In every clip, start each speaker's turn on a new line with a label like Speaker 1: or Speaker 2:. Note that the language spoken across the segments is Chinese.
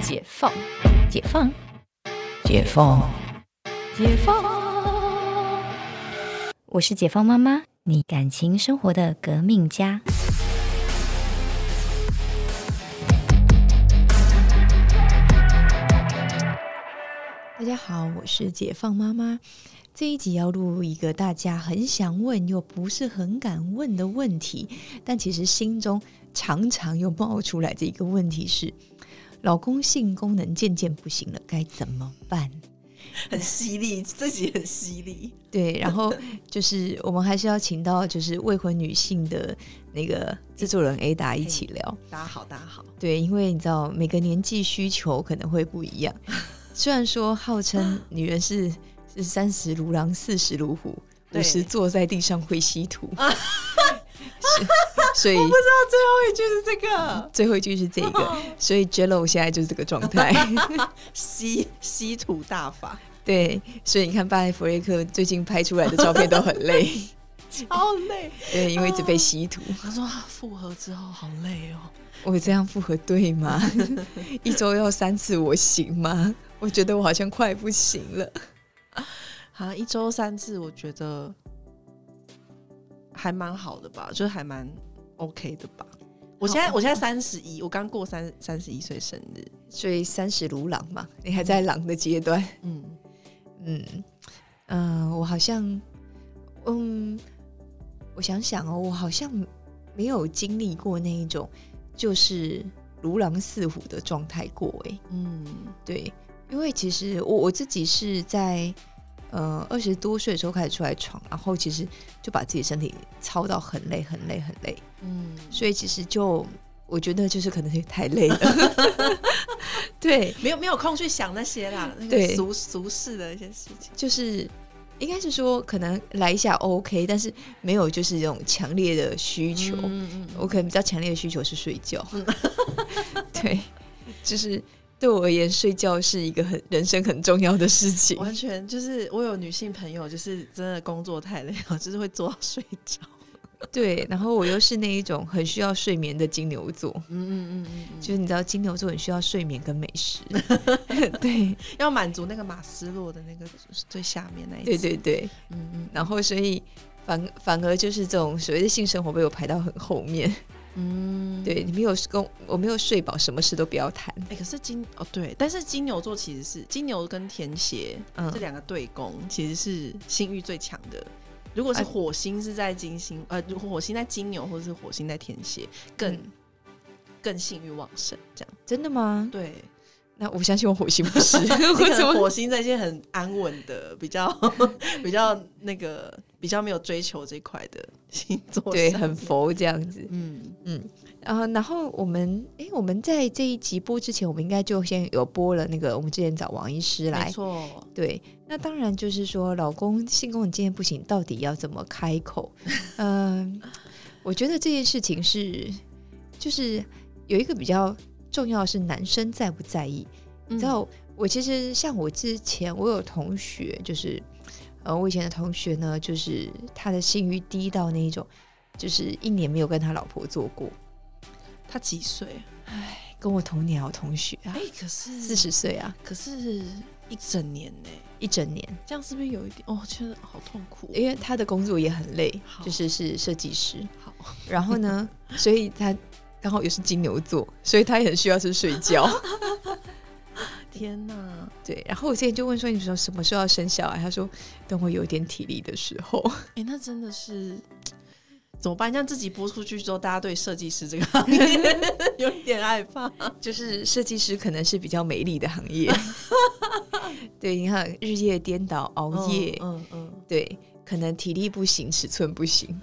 Speaker 1: 解放，解放，解放，解放。
Speaker 2: 我是解放妈妈，你感情生活的革命家。
Speaker 3: 大家好，我是解放妈妈。这一集要录一个大家很想问又不是很敢问的问题，但其实心中常常又冒出来的一个问题是：老公性功能渐渐不行了，该怎么办？
Speaker 4: 很 犀利，这集很犀利。
Speaker 3: 对，然后就是我们还是要请到就是未婚女性的那个制作人 A 达一起聊。
Speaker 4: 大家好，大家好，
Speaker 3: 对，因为你知道每个年纪需求可能会不一样。虽然说号称女人是是三十如狼，四十如虎，
Speaker 4: 对
Speaker 3: 五十坐在地上会吸土，是所以
Speaker 4: 不知道最后一句是这个
Speaker 3: 最后一句是这个，所以 Jello 现在就是这个状态。
Speaker 4: 吸吸土大法，
Speaker 3: 对，所以你看巴莱弗瑞克最近拍出来的照片都很累，
Speaker 4: 超累。
Speaker 3: 对，因为一直被吸土。
Speaker 4: 他说他复合之后好累哦，
Speaker 3: 我这样复合对吗？ 一周要三次，我行吗？我觉得我好像快不行了。
Speaker 4: 好像一周三次，我觉得还蛮好的吧，就是还蛮 OK 的吧。我现在我现在三十一，我刚过三三十一岁生日。
Speaker 3: 所以三十如狼嘛，你还在狼的阶段。
Speaker 4: 嗯，
Speaker 3: 嗯嗯、呃我好像，嗯，我想想哦，我好像没有经历过那一种就是如狼似虎的状态过诶。
Speaker 4: 嗯，
Speaker 3: 对，因为其实我我自己是在呃二十多岁的时候开始出来闯，然后其实就把自己身体操到很累很累很累，
Speaker 4: 嗯，
Speaker 3: 所以其实就我觉得就是可能是太累了， 对，
Speaker 4: 没有没有空去想那些啦，那个
Speaker 3: 对
Speaker 4: 俗俗世的一些事情。
Speaker 3: 就是应该是说可能来一下 OK，但是没有就是这种强烈的需求。
Speaker 4: 嗯
Speaker 3: 我可能比较强烈的需求是睡觉， 对，就是对我而言，睡觉是一个很人生很重要的事情。
Speaker 4: 完全就是我有女性朋友，就是真的工作太累了， 就是会做到睡着。
Speaker 3: 对，然后我又是那一种很需要睡眠的金牛座，
Speaker 4: 嗯嗯嗯嗯，
Speaker 3: 就是你知道金牛座很需要睡眠跟美 食，对
Speaker 4: 要满足那个马斯洛的那个最下面那一
Speaker 3: 对
Speaker 4: 层
Speaker 3: 对对，
Speaker 4: 嗯嗯
Speaker 3: 然后所以反反而就是这种所谓的性生活被我排到很后面。
Speaker 4: 嗯，
Speaker 3: 对，你没有跟我没有睡饱，什么事都不要谈。
Speaker 4: 哎、可是金哦对，但是金牛座其实是金牛跟天蝎、
Speaker 3: 嗯
Speaker 4: 这两个对宫，其实是性欲最强的。如果是
Speaker 3: 哎
Speaker 4: 火星是在金星，呃，如果火星在金牛，或者是火星在天蝎，更、
Speaker 3: 嗯
Speaker 4: 更性欲旺盛，这样
Speaker 3: 真的吗？
Speaker 4: 对。
Speaker 3: 那我相信我火星不是，
Speaker 4: 你
Speaker 3: 我
Speaker 4: 可
Speaker 3: 怎
Speaker 4: 能
Speaker 3: 么
Speaker 4: 火星在一些很安稳的， 比较比较那个比较没有追求这一块的星座上，
Speaker 3: 对很佛这样子？
Speaker 4: 嗯
Speaker 3: 嗯，然后然后我们哎，我们在这一集播之前，我们应该就先有播了那个我们之前找王医师
Speaker 4: 没
Speaker 3: 来。
Speaker 4: 错，
Speaker 3: 对，那当然就是说，老公性功能今天不行，到底要怎么开口？ 嗯、我觉得这件事情是，就是有一个比较重要的是男生在不在意，
Speaker 4: 你
Speaker 3: 你知
Speaker 4: 嗯
Speaker 3: 道，我其实像我之前，我有同学，就是呃，我以前的同学呢，就是他的性欲低到那一种，就是一年没有跟他老婆做过，
Speaker 4: 他几岁？啊
Speaker 3: 跟我同年好同学啊
Speaker 4: 哎、，可是
Speaker 3: 四十岁啊，
Speaker 4: 可是一整年呢、
Speaker 3: 一整年，
Speaker 4: 这样是不是有一点？哦，觉得好痛苦哦。
Speaker 3: 因为他的工作也很累，
Speaker 4: 好
Speaker 3: 就是是设计师，
Speaker 4: 好，
Speaker 3: 然后呢， 所以他刚好也是金牛座，所以他也很需要是睡 觉。
Speaker 4: 天哪！
Speaker 3: 对，然后我之前就问说，你说什么时候要生小孩？他说等我有点体力的时候。
Speaker 4: 哎、那真的是怎么办？像自己播出去之后，大家对设计师这个行业 有一点害怕。
Speaker 3: 就是设计师可能是比较美丽的行 业，对，你看日夜颠倒熬夜，
Speaker 4: 嗯嗯，
Speaker 3: 对，可能体力不行，尺寸不行，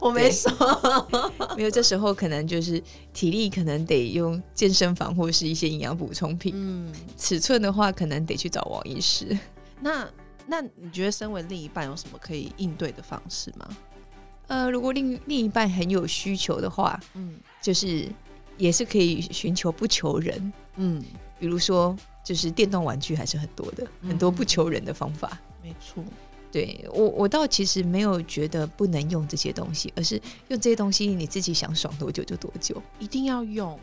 Speaker 4: 我没说。
Speaker 3: 没有这时候可能就是体力可能得用健身房或是一些营养补充品，
Speaker 4: 嗯，
Speaker 3: 尺寸的话可能得去找王医师。
Speaker 4: 那那你觉得身为另一半有什么可以应对的方式吗？
Speaker 3: 呃，如果另另一半很有需求的话，
Speaker 4: 嗯
Speaker 3: 就是也是可以寻求不求人，
Speaker 4: 嗯，
Speaker 3: 比如说就是电动玩具还是很多的，很多不求人的方法。
Speaker 4: 没错。
Speaker 3: 对我，我倒其实没有觉得不能用这些东西，而是用这些东西你自己想爽多久就多久。
Speaker 4: 一定要用，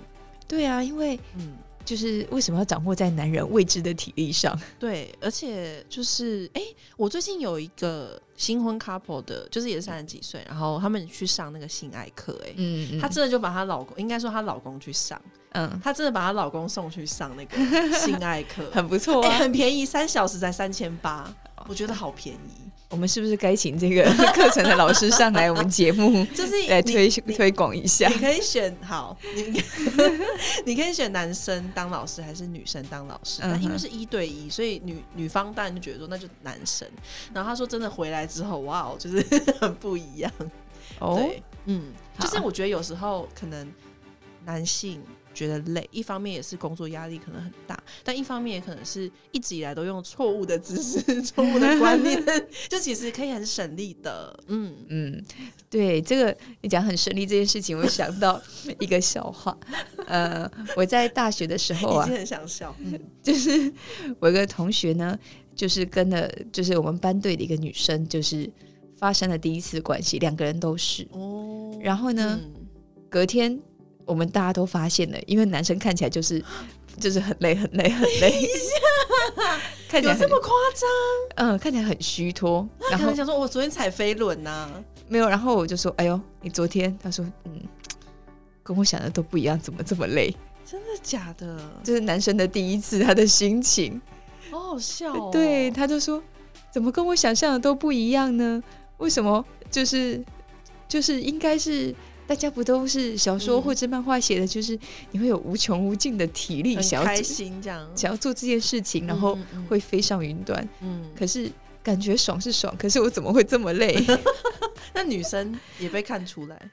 Speaker 3: 对啊，因为
Speaker 4: 嗯，
Speaker 3: 就是为什么要掌握在男人未知的体力上？
Speaker 4: 对，而且就是哎、诶我最近有一个新婚 couple 的，就是也是三十几岁，然后他们去上那个性爱课、诶哎、
Speaker 3: 嗯
Speaker 4: 她真的就把她老公，应该说她老公去上，
Speaker 3: 嗯
Speaker 4: 她真的把她老公送去上 那个性爱课，
Speaker 3: 很不错
Speaker 4: 哎、
Speaker 3: 啊。
Speaker 4: 很哦便宜，三小时才三千八，我觉得好便宜，
Speaker 3: 我们是不是该请这个 课程的老师上来我们节目
Speaker 4: 就是
Speaker 3: 来
Speaker 4: 你
Speaker 3: 推
Speaker 4: 你
Speaker 3: 推广一下
Speaker 4: 你？可以选好， 你你可以 选男生当老师还是女生当老师。
Speaker 3: 嗯
Speaker 4: 那、
Speaker 3: 哼
Speaker 4: 因为是一对一，所以女女方当然就觉得说那就男生。然后他说真的回来之后，哇哦，就是很不一样。
Speaker 3: 哦，
Speaker 4: 对，嗯，
Speaker 3: 好
Speaker 4: 就是我觉得有时候可能男性觉得累，一方面也是工作压力可能很大，但一方面也可能是一直以来都用错误的姿势、 错误的观念，就其实可以很省力的。嗯，
Speaker 3: 嗯，对，这个你讲很顺利这件事情，我想到一个笑话。呃，我在大学的时候
Speaker 4: 已
Speaker 3: 啊
Speaker 4: 经，很想笑。嗯
Speaker 3: 就是我有个同学呢，就是跟了，就是我们班队的一个女生，就是发生了第一次关系，两个人都是。
Speaker 4: 哦
Speaker 3: 然后呢，
Speaker 4: 嗯
Speaker 3: 隔天我们大家都发现了，因为男生看起来就是 就是很累，很累，很累，看起来很
Speaker 4: 有这么夸张？
Speaker 3: 嗯、看起来很虚脱。
Speaker 4: 他
Speaker 3: 然
Speaker 4: 可
Speaker 3: 后
Speaker 4: 能想说，我昨天踩飞轮啊呐、
Speaker 3: 没有，然后我就说：“哎呦，你昨天？”他说：“嗯，跟我想的都不一样，怎么这么累
Speaker 4: 真的假的？”
Speaker 3: 这是男生的第一次，他的心情。
Speaker 4: 好好笑哦。
Speaker 3: 对，他就说：“怎么跟我想象的都不一样呢？为什么？就是就是应该是。”大家不都是小说
Speaker 4: 嗯
Speaker 3: 或者漫画写的，就是你会有无穷无尽的体力，想要
Speaker 4: 很开
Speaker 3: 做
Speaker 4: 心这样，
Speaker 3: 想要做这件事情，然后
Speaker 4: 嗯嗯
Speaker 3: 会飞上云端。
Speaker 4: 嗯。
Speaker 3: 可是感觉爽是爽，可是我怎么会这么累？
Speaker 4: 那女生也被看出来。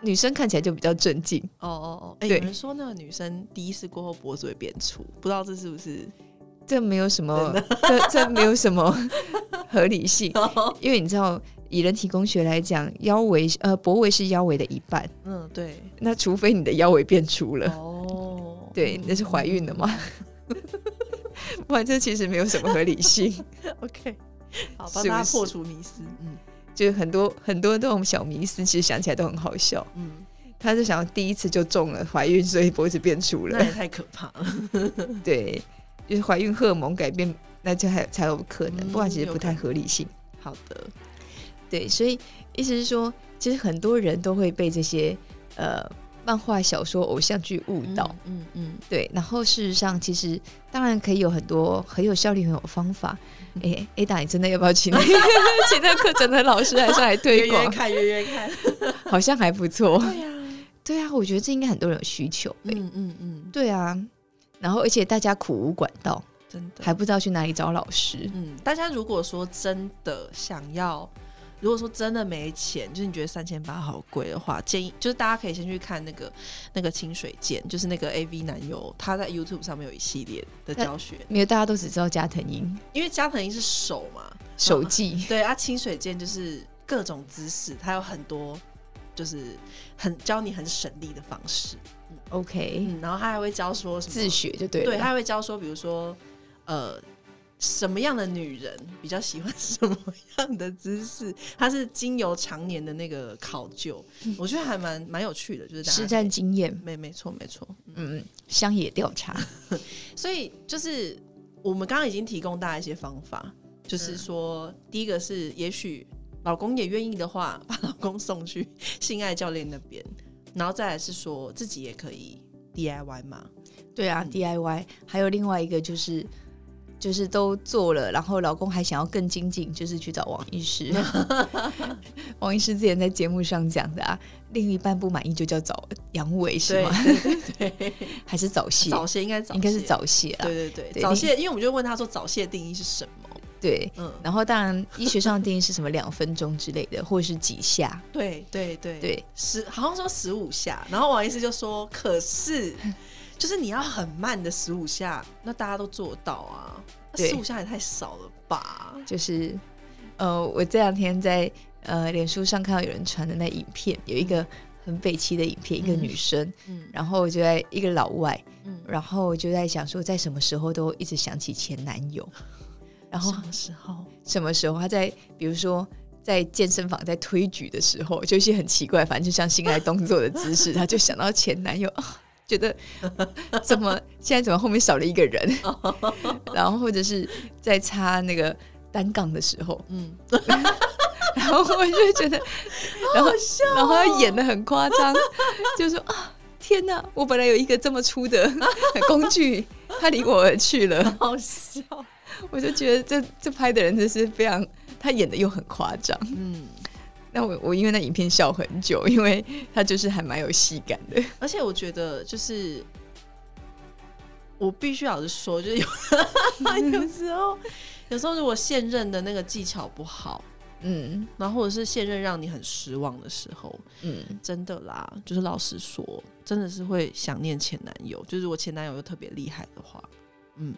Speaker 3: 女生看起来就比较镇静，
Speaker 4: 哦哦哦，哎、
Speaker 3: 对
Speaker 4: 有人说那个女生第一次过后脖子会变粗，不知道这是不是？
Speaker 3: 这没有什么，这这没有什么 合理性，
Speaker 4: 哦
Speaker 3: 因为你知道，以人体工学来讲，腰围呃脖围是腰围的一半，
Speaker 4: 嗯，对。
Speaker 3: 那除非你的腰围变粗了，
Speaker 4: 嗯哦，
Speaker 3: 对，那是怀孕了嘛。 不然这其实没有什么合理性，
Speaker 4: OK，好，
Speaker 3: 是
Speaker 4: 帮
Speaker 3: 不
Speaker 4: 大家
Speaker 3: 是
Speaker 4: 破除迷思。嗯
Speaker 3: 就是很多很多这种小迷思，其实想起来都很好笑。
Speaker 4: 嗯，
Speaker 3: 她就想要第一次就中了怀孕，所以脖子变粗了
Speaker 4: 那。也太可怕 了，
Speaker 3: 对，就是怀孕荷尔蒙改变，那就还才有可能，不然其
Speaker 4: 嗯
Speaker 3: 实
Speaker 4: 有
Speaker 3: 不太
Speaker 4: 可能
Speaker 3: 合理性。
Speaker 4: 好的，
Speaker 3: 对，所以意思是说，其实很多人都会被这些呃漫画、小说、偶像剧误导。
Speaker 4: 嗯 嗯，
Speaker 3: 对，然后事实上，其实当然可以有很多很有效率、很有方法。
Speaker 4: 嗯
Speaker 3: 哎、a d a 你真的要不要请 请那个课程的老师来上来
Speaker 4: 约
Speaker 3: 推
Speaker 4: 约
Speaker 3: 广？
Speaker 4: 看，约约看，
Speaker 3: 好像还不错。
Speaker 4: 对呀，
Speaker 3: 对啊，我觉得这应该很多人有需求、诶
Speaker 4: 嗯嗯嗯，
Speaker 3: 对啊，然后而且大家苦无管道，
Speaker 4: 真的
Speaker 3: 还不知道去哪里找老师。
Speaker 4: 嗯，大家如果说真的想要，如果说真的没钱，就是你觉得三千八好贵的话，建议就是大家可以先去看那个那个清水剑，就是那个 AV 男友，他在 YouTube 上面有一系列的教学，
Speaker 3: 没有，大家都只知道加藤鹰
Speaker 4: 因为加藤鹰是手嘛，
Speaker 3: 手记。
Speaker 4: 对啊，清水剑就是各种姿势，它有很多就是很教你很省力的方式，
Speaker 3: OK，、
Speaker 4: 嗯，然后他还会教说什么
Speaker 3: 自学就对了。
Speaker 4: 对，他还会教说，比如说，呃，什么样的女人比较喜欢什么样的姿势，他是经由常年的那个考究，我觉得还蛮蛮有趣的，就是大家
Speaker 3: 嗯实战
Speaker 4: 可以
Speaker 3: 经验，
Speaker 4: 没没错没错，
Speaker 3: 嗯，乡野调查，
Speaker 4: 所以就是我们刚刚已经提供大家一些方法，就是说，第一个是也许老公也愿意的话，把老公送去性爱教练那边，然后再来是说自己也可以 DIY 嘛，
Speaker 3: 对啊、
Speaker 4: 嗯
Speaker 3: d i y 还有另外一个就是，就是都做了，然后老公还想要更精进，就是去找王医师。 王医师之前在节目上讲的啊，另一半不满意就叫找阳痿是
Speaker 4: 对
Speaker 3: 吗？
Speaker 4: 对对对，
Speaker 3: 还是早泄？
Speaker 4: 早些应该早
Speaker 3: 应该是
Speaker 4: 泄
Speaker 3: 早泄啦。
Speaker 4: 对对对，
Speaker 3: 对
Speaker 4: 早
Speaker 3: 你
Speaker 4: 泄，因为我们就问他说早泄定义是什么？
Speaker 3: 对。
Speaker 4: 嗯，
Speaker 3: 然后，当然，医学上的定义是什么？两分钟之类的，或者是几下？
Speaker 4: 对对对
Speaker 3: 对，
Speaker 4: 十好像说十五下，然后王医师就说，可是就是你要很慢的十五下，那大家都做到啊，
Speaker 3: 对
Speaker 4: 十五下也太少了吧？
Speaker 3: 就是呃，我这两天在呃脸书上看到有人传的那影片，有一个很北齐的影片，一个
Speaker 4: 嗯
Speaker 3: 女生，
Speaker 4: 嗯
Speaker 3: 然后我就在一个老外，
Speaker 4: 嗯，
Speaker 3: 然后我就在想说，在什么时候都一直想起前男 友，然后
Speaker 4: 什么时候？
Speaker 3: 什么时候她在比如说。在健身房在推举的时候，就一些很奇怪，反正就像性爱动作的姿势，她就想到前男友啊， 觉得怎么现在怎么后面少了一个人， 然后或者是在擦那个单杠的时候，
Speaker 4: 嗯，
Speaker 3: 然后我就觉得，然后然后他演的很夸张，就说啊，天哪！我本来有一个这么粗的 工具，他离我而去了，
Speaker 4: 好笑，
Speaker 3: 我就觉得这这拍的人真是非常，他演的又很夸张。
Speaker 4: 嗯。
Speaker 3: 那我我因为那影片笑很久，因为他就是还蛮有戏感的。
Speaker 4: 而且我觉得就是，我必须老实说，就是有有时候，有时候如果现任的那个技巧不好，
Speaker 3: 嗯
Speaker 4: 然后或者是现任让你很失望的时候，
Speaker 3: 嗯
Speaker 4: 真的啦，就是老实说，真的是会想念前男友。就是如果前男友又特别厉害的话，
Speaker 3: 嗯，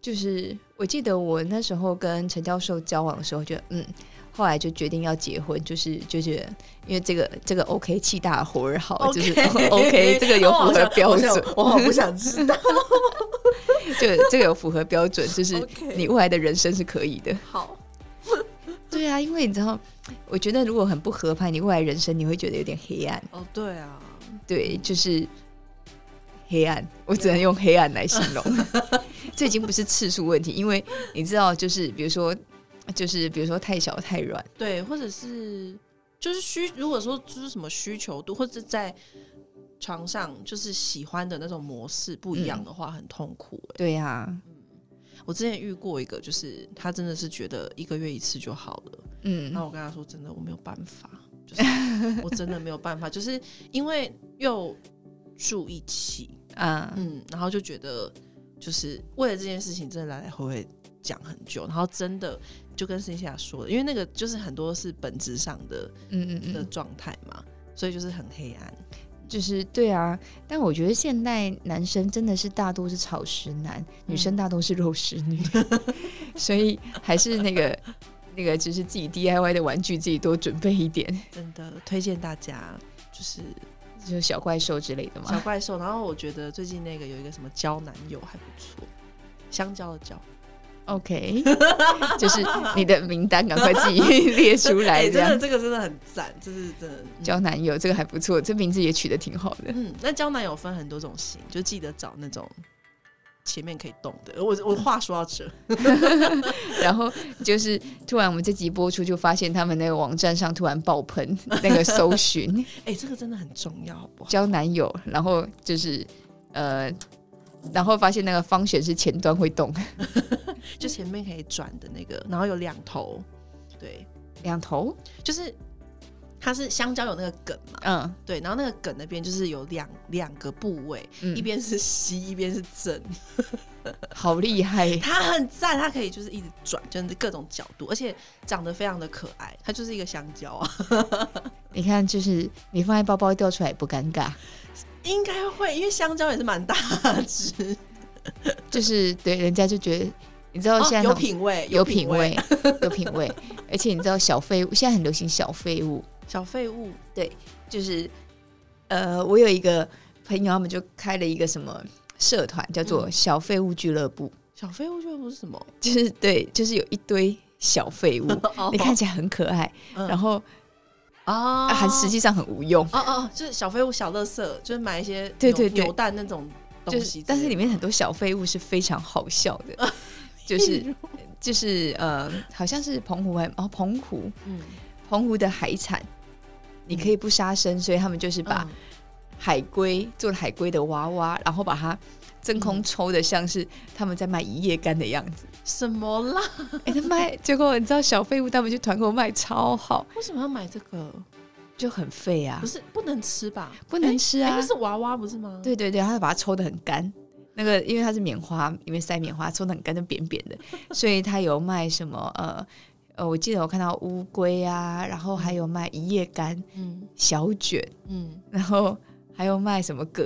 Speaker 3: 就是我记得我那时候跟陈教授交往的时候，觉得嗯，后来就决定要结婚，就是就觉得因为这个这个 OK 气大活儿好就是哦 OK 这个有符合标准，
Speaker 4: 我好不想知道。
Speaker 3: 就这个有符合标准，就是
Speaker 4: OK
Speaker 3: 你未来的人生是可以的。
Speaker 4: 好，
Speaker 3: 对啊，因为你知道，我觉得如果很不合拍，你未来人生你会觉得有点黑暗。
Speaker 4: 哦，对啊，
Speaker 3: 对，就是黑暗，我只能用黑暗来形容。这已经不是次数问题，因为你知道，就是比如说，就是比如说太小太软，
Speaker 4: 对，或者是就是需，如果说就是什么需求度，或者是在床上就是喜欢的那种模式不一样的话，很痛苦、欸。
Speaker 3: 对啊，
Speaker 4: 我之前遇过一个，就是他真的是觉得一个月一次就好了，
Speaker 3: 嗯
Speaker 4: 那我跟他说真的我没有办法，就是我真的没有办法，就是因为又住一起，
Speaker 3: 啊，
Speaker 4: 嗯，然后就觉得就是为了这件事情，真的来来回回讲很久，然后真的就跟森夏说的，因为那个就是很多是本质上的
Speaker 3: 嗯嗯
Speaker 4: 的
Speaker 3: 嗯，
Speaker 4: 状态嘛，所以就是很黑暗。
Speaker 3: 就是对啊。但我觉得现代男生真的是大多是草食男，女生大多是肉食女， 所以还是那个那个，就是自己 DIY 的玩具自己多准备一点，
Speaker 4: 真的推荐大家就是
Speaker 3: 就是小怪兽之类的
Speaker 4: 小
Speaker 3: 嘛。
Speaker 4: 怪兽，然后我觉得最近那个有一个什么交男友还不错，香蕉的蕉，
Speaker 3: OK，就是你的名单赶快自己列出来，
Speaker 4: 哎
Speaker 3: 这
Speaker 4: 真的
Speaker 3: 样。
Speaker 4: 这个真的很赞，这是真的。嗯
Speaker 3: 交男友这个还不错，这名字也取得挺好 的。
Speaker 4: 嗯，那交男友分很多种型，就记得找那种前面可以动的。我我话说到这，
Speaker 3: 然后就是突然我们这集播出，就发现他们那个网站上突然爆喷那个搜寻
Speaker 4: 哎、这个真的很重要，好不好？
Speaker 3: 交男友，然后就是呃，然后发现那个方选是前端会动，
Speaker 4: 就前面可以转的那个，然后有两头，对，
Speaker 3: 两头，
Speaker 4: 就是它是香蕉有那个梗嘛，
Speaker 3: 嗯
Speaker 4: 对，然后那个梗那边就是有两两个部位，一
Speaker 3: 嗯，
Speaker 4: 边是西，一边是 正，
Speaker 3: 好厉害，
Speaker 4: 它很赞，它可以就是一直转，就是各种角度，而且长得非常的可爱，它就是一个香蕉啊，
Speaker 3: 你看就是你放在包包掉出来也不尴 尬，
Speaker 4: 应该会，因为香蕉也是蛮大只，
Speaker 3: 就是对人家就觉得你知道现在那
Speaker 4: 哦、有
Speaker 3: 种
Speaker 4: 品味，
Speaker 3: 有
Speaker 4: 品
Speaker 3: 品，味， 有品味。而且你知道小废物现在很流行小废物，
Speaker 4: 小废物，
Speaker 3: 就是呃，我有一个朋友，他们就开了一个什么社团，叫做
Speaker 4: 嗯
Speaker 3: 小废物俱乐部，
Speaker 4: 小废物就不是什么，
Speaker 3: 就是对，就是有一堆小废 物，你看起来很可爱，
Speaker 4: 嗯
Speaker 3: 然后
Speaker 4: 啊，
Speaker 3: 啊还实际上很无用，
Speaker 4: 哦哦，就是小废物小乐色，就是买一些
Speaker 3: 对
Speaker 4: 扭
Speaker 3: 对对
Speaker 4: 扭蛋那种
Speaker 3: 就
Speaker 4: 东
Speaker 3: 是
Speaker 4: 西之类的，
Speaker 3: 但是里面很多小废物是非常好笑 的，就是就是呃，好像是澎湖还哦澎湖
Speaker 4: 嗯，
Speaker 3: 澎湖的海产。你可以不杀生，所以他们就是把
Speaker 4: 嗯
Speaker 3: 海龟做了海龟的娃娃，然后把它真
Speaker 4: 嗯
Speaker 3: 空抽的像是他们在卖一夜干的样 子。
Speaker 4: 什么啦？
Speaker 3: 哎、他卖，结果你知道小废物他们去团购卖超好，
Speaker 4: 为什么要买这个？
Speaker 3: 就很废啊
Speaker 4: 不，是不能吃吧？
Speaker 3: 不能吃
Speaker 4: 哎，
Speaker 3: 啊。
Speaker 4: 那是娃娃不是吗？，
Speaker 3: 对对对，他就把它抽的很干。那个，因为它是棉花，里面塞棉花，抽的很干，就扁扁 的，所以它有卖什么呃呃，我记得我看到乌龟啊，然后还有卖一夜干、
Speaker 4: 嗯
Speaker 3: 小卷，
Speaker 4: 嗯
Speaker 3: 然后还有卖什么蛤、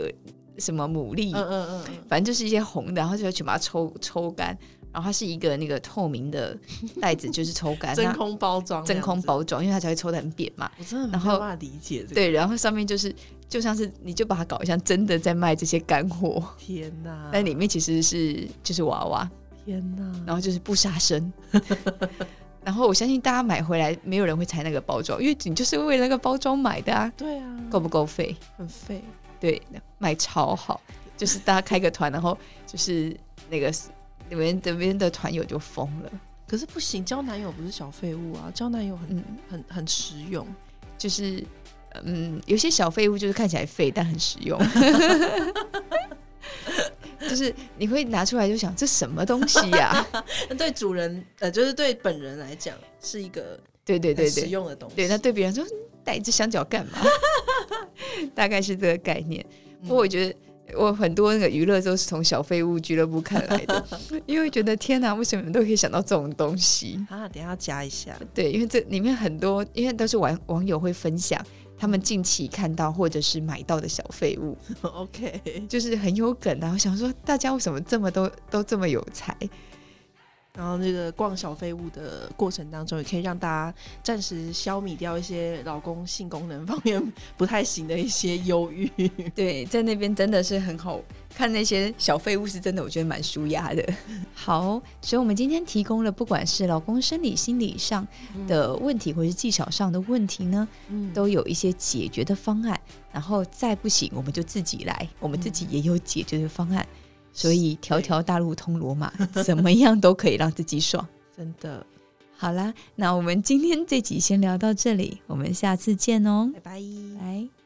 Speaker 3: 什么牡蛎，
Speaker 4: 嗯嗯嗯嗯，
Speaker 3: 反正就是一些红的，然后就全把它抽抽干，然后它是一个那个透明的袋子，就是抽干，
Speaker 4: 真
Speaker 3: 那
Speaker 4: 空包装，
Speaker 3: 真空，包装，因为它才会抽的很扁嘛。
Speaker 4: 我真的没
Speaker 3: 然后
Speaker 4: 有办法理解这个。
Speaker 3: 对，然后上面就是就像是你就把它搞得像真的在卖这些干 货，
Speaker 4: 天哪！
Speaker 3: 但里面其实是就是娃娃，
Speaker 4: 天哪！
Speaker 3: 然后就是不杀 生。然后我相信大家买回来，没有人会拆那个包装，因为你就是为那个包装买的啊，
Speaker 4: 对啊，
Speaker 3: 够不够费？
Speaker 4: 很废。
Speaker 3: 对，卖超好，就是大家开个团，然后就是那个你们那边的团友就疯了，
Speaker 4: 可是不行，交男友不是小废物啊，交男友很、
Speaker 3: 嗯，
Speaker 4: 很很实用。
Speaker 3: 就是嗯，有些小废物就是看起来废，但很实 用。就是你会拿出来就想这什么东西呀、
Speaker 4: 那对主人呃，就是对本人来讲是一个
Speaker 3: 对对
Speaker 4: 很
Speaker 3: 对
Speaker 4: 实
Speaker 3: 对
Speaker 4: 用的东西。
Speaker 3: 对，那对别人说嗯带一只香蕉干嘛？ 大概是这个概念。不
Speaker 4: 嗯
Speaker 3: 过我觉得我很多那个娱乐都是从小废物俱乐部看来的，因为觉得天哪，为什么你们都可以想到这种东西？
Speaker 4: 啊，等一下要加一下。
Speaker 3: 对，因为这里面很多，因为都是网网友会分享他们近期看到或者是买到的小废物，
Speaker 4: OK，
Speaker 3: 就是很有梗啊。我想说，大家为什么这么都都这么有才？
Speaker 4: 然后那个逛小废物的过程当中，也可以让大家暂时消弭掉一些老公性功能方面不太行的一些忧郁。
Speaker 3: 对，在那边真的是很好看，那些小废物是真的，我觉得蛮舒压的。 好，所以我们今天提供了不管是老公生理、心理上的问题，或是技巧上的问题呢，
Speaker 4: 嗯
Speaker 3: 都有一些解决的方案。然后再不行，我们就自己来，我们自己也有解决的方案。所以条条大路通罗马， 怎么样都可以让自己爽。
Speaker 4: 真的，
Speaker 3: 好啦，那我们今天这集先聊到这里，我们下次见哦，
Speaker 4: 拜拜。
Speaker 3: 拜。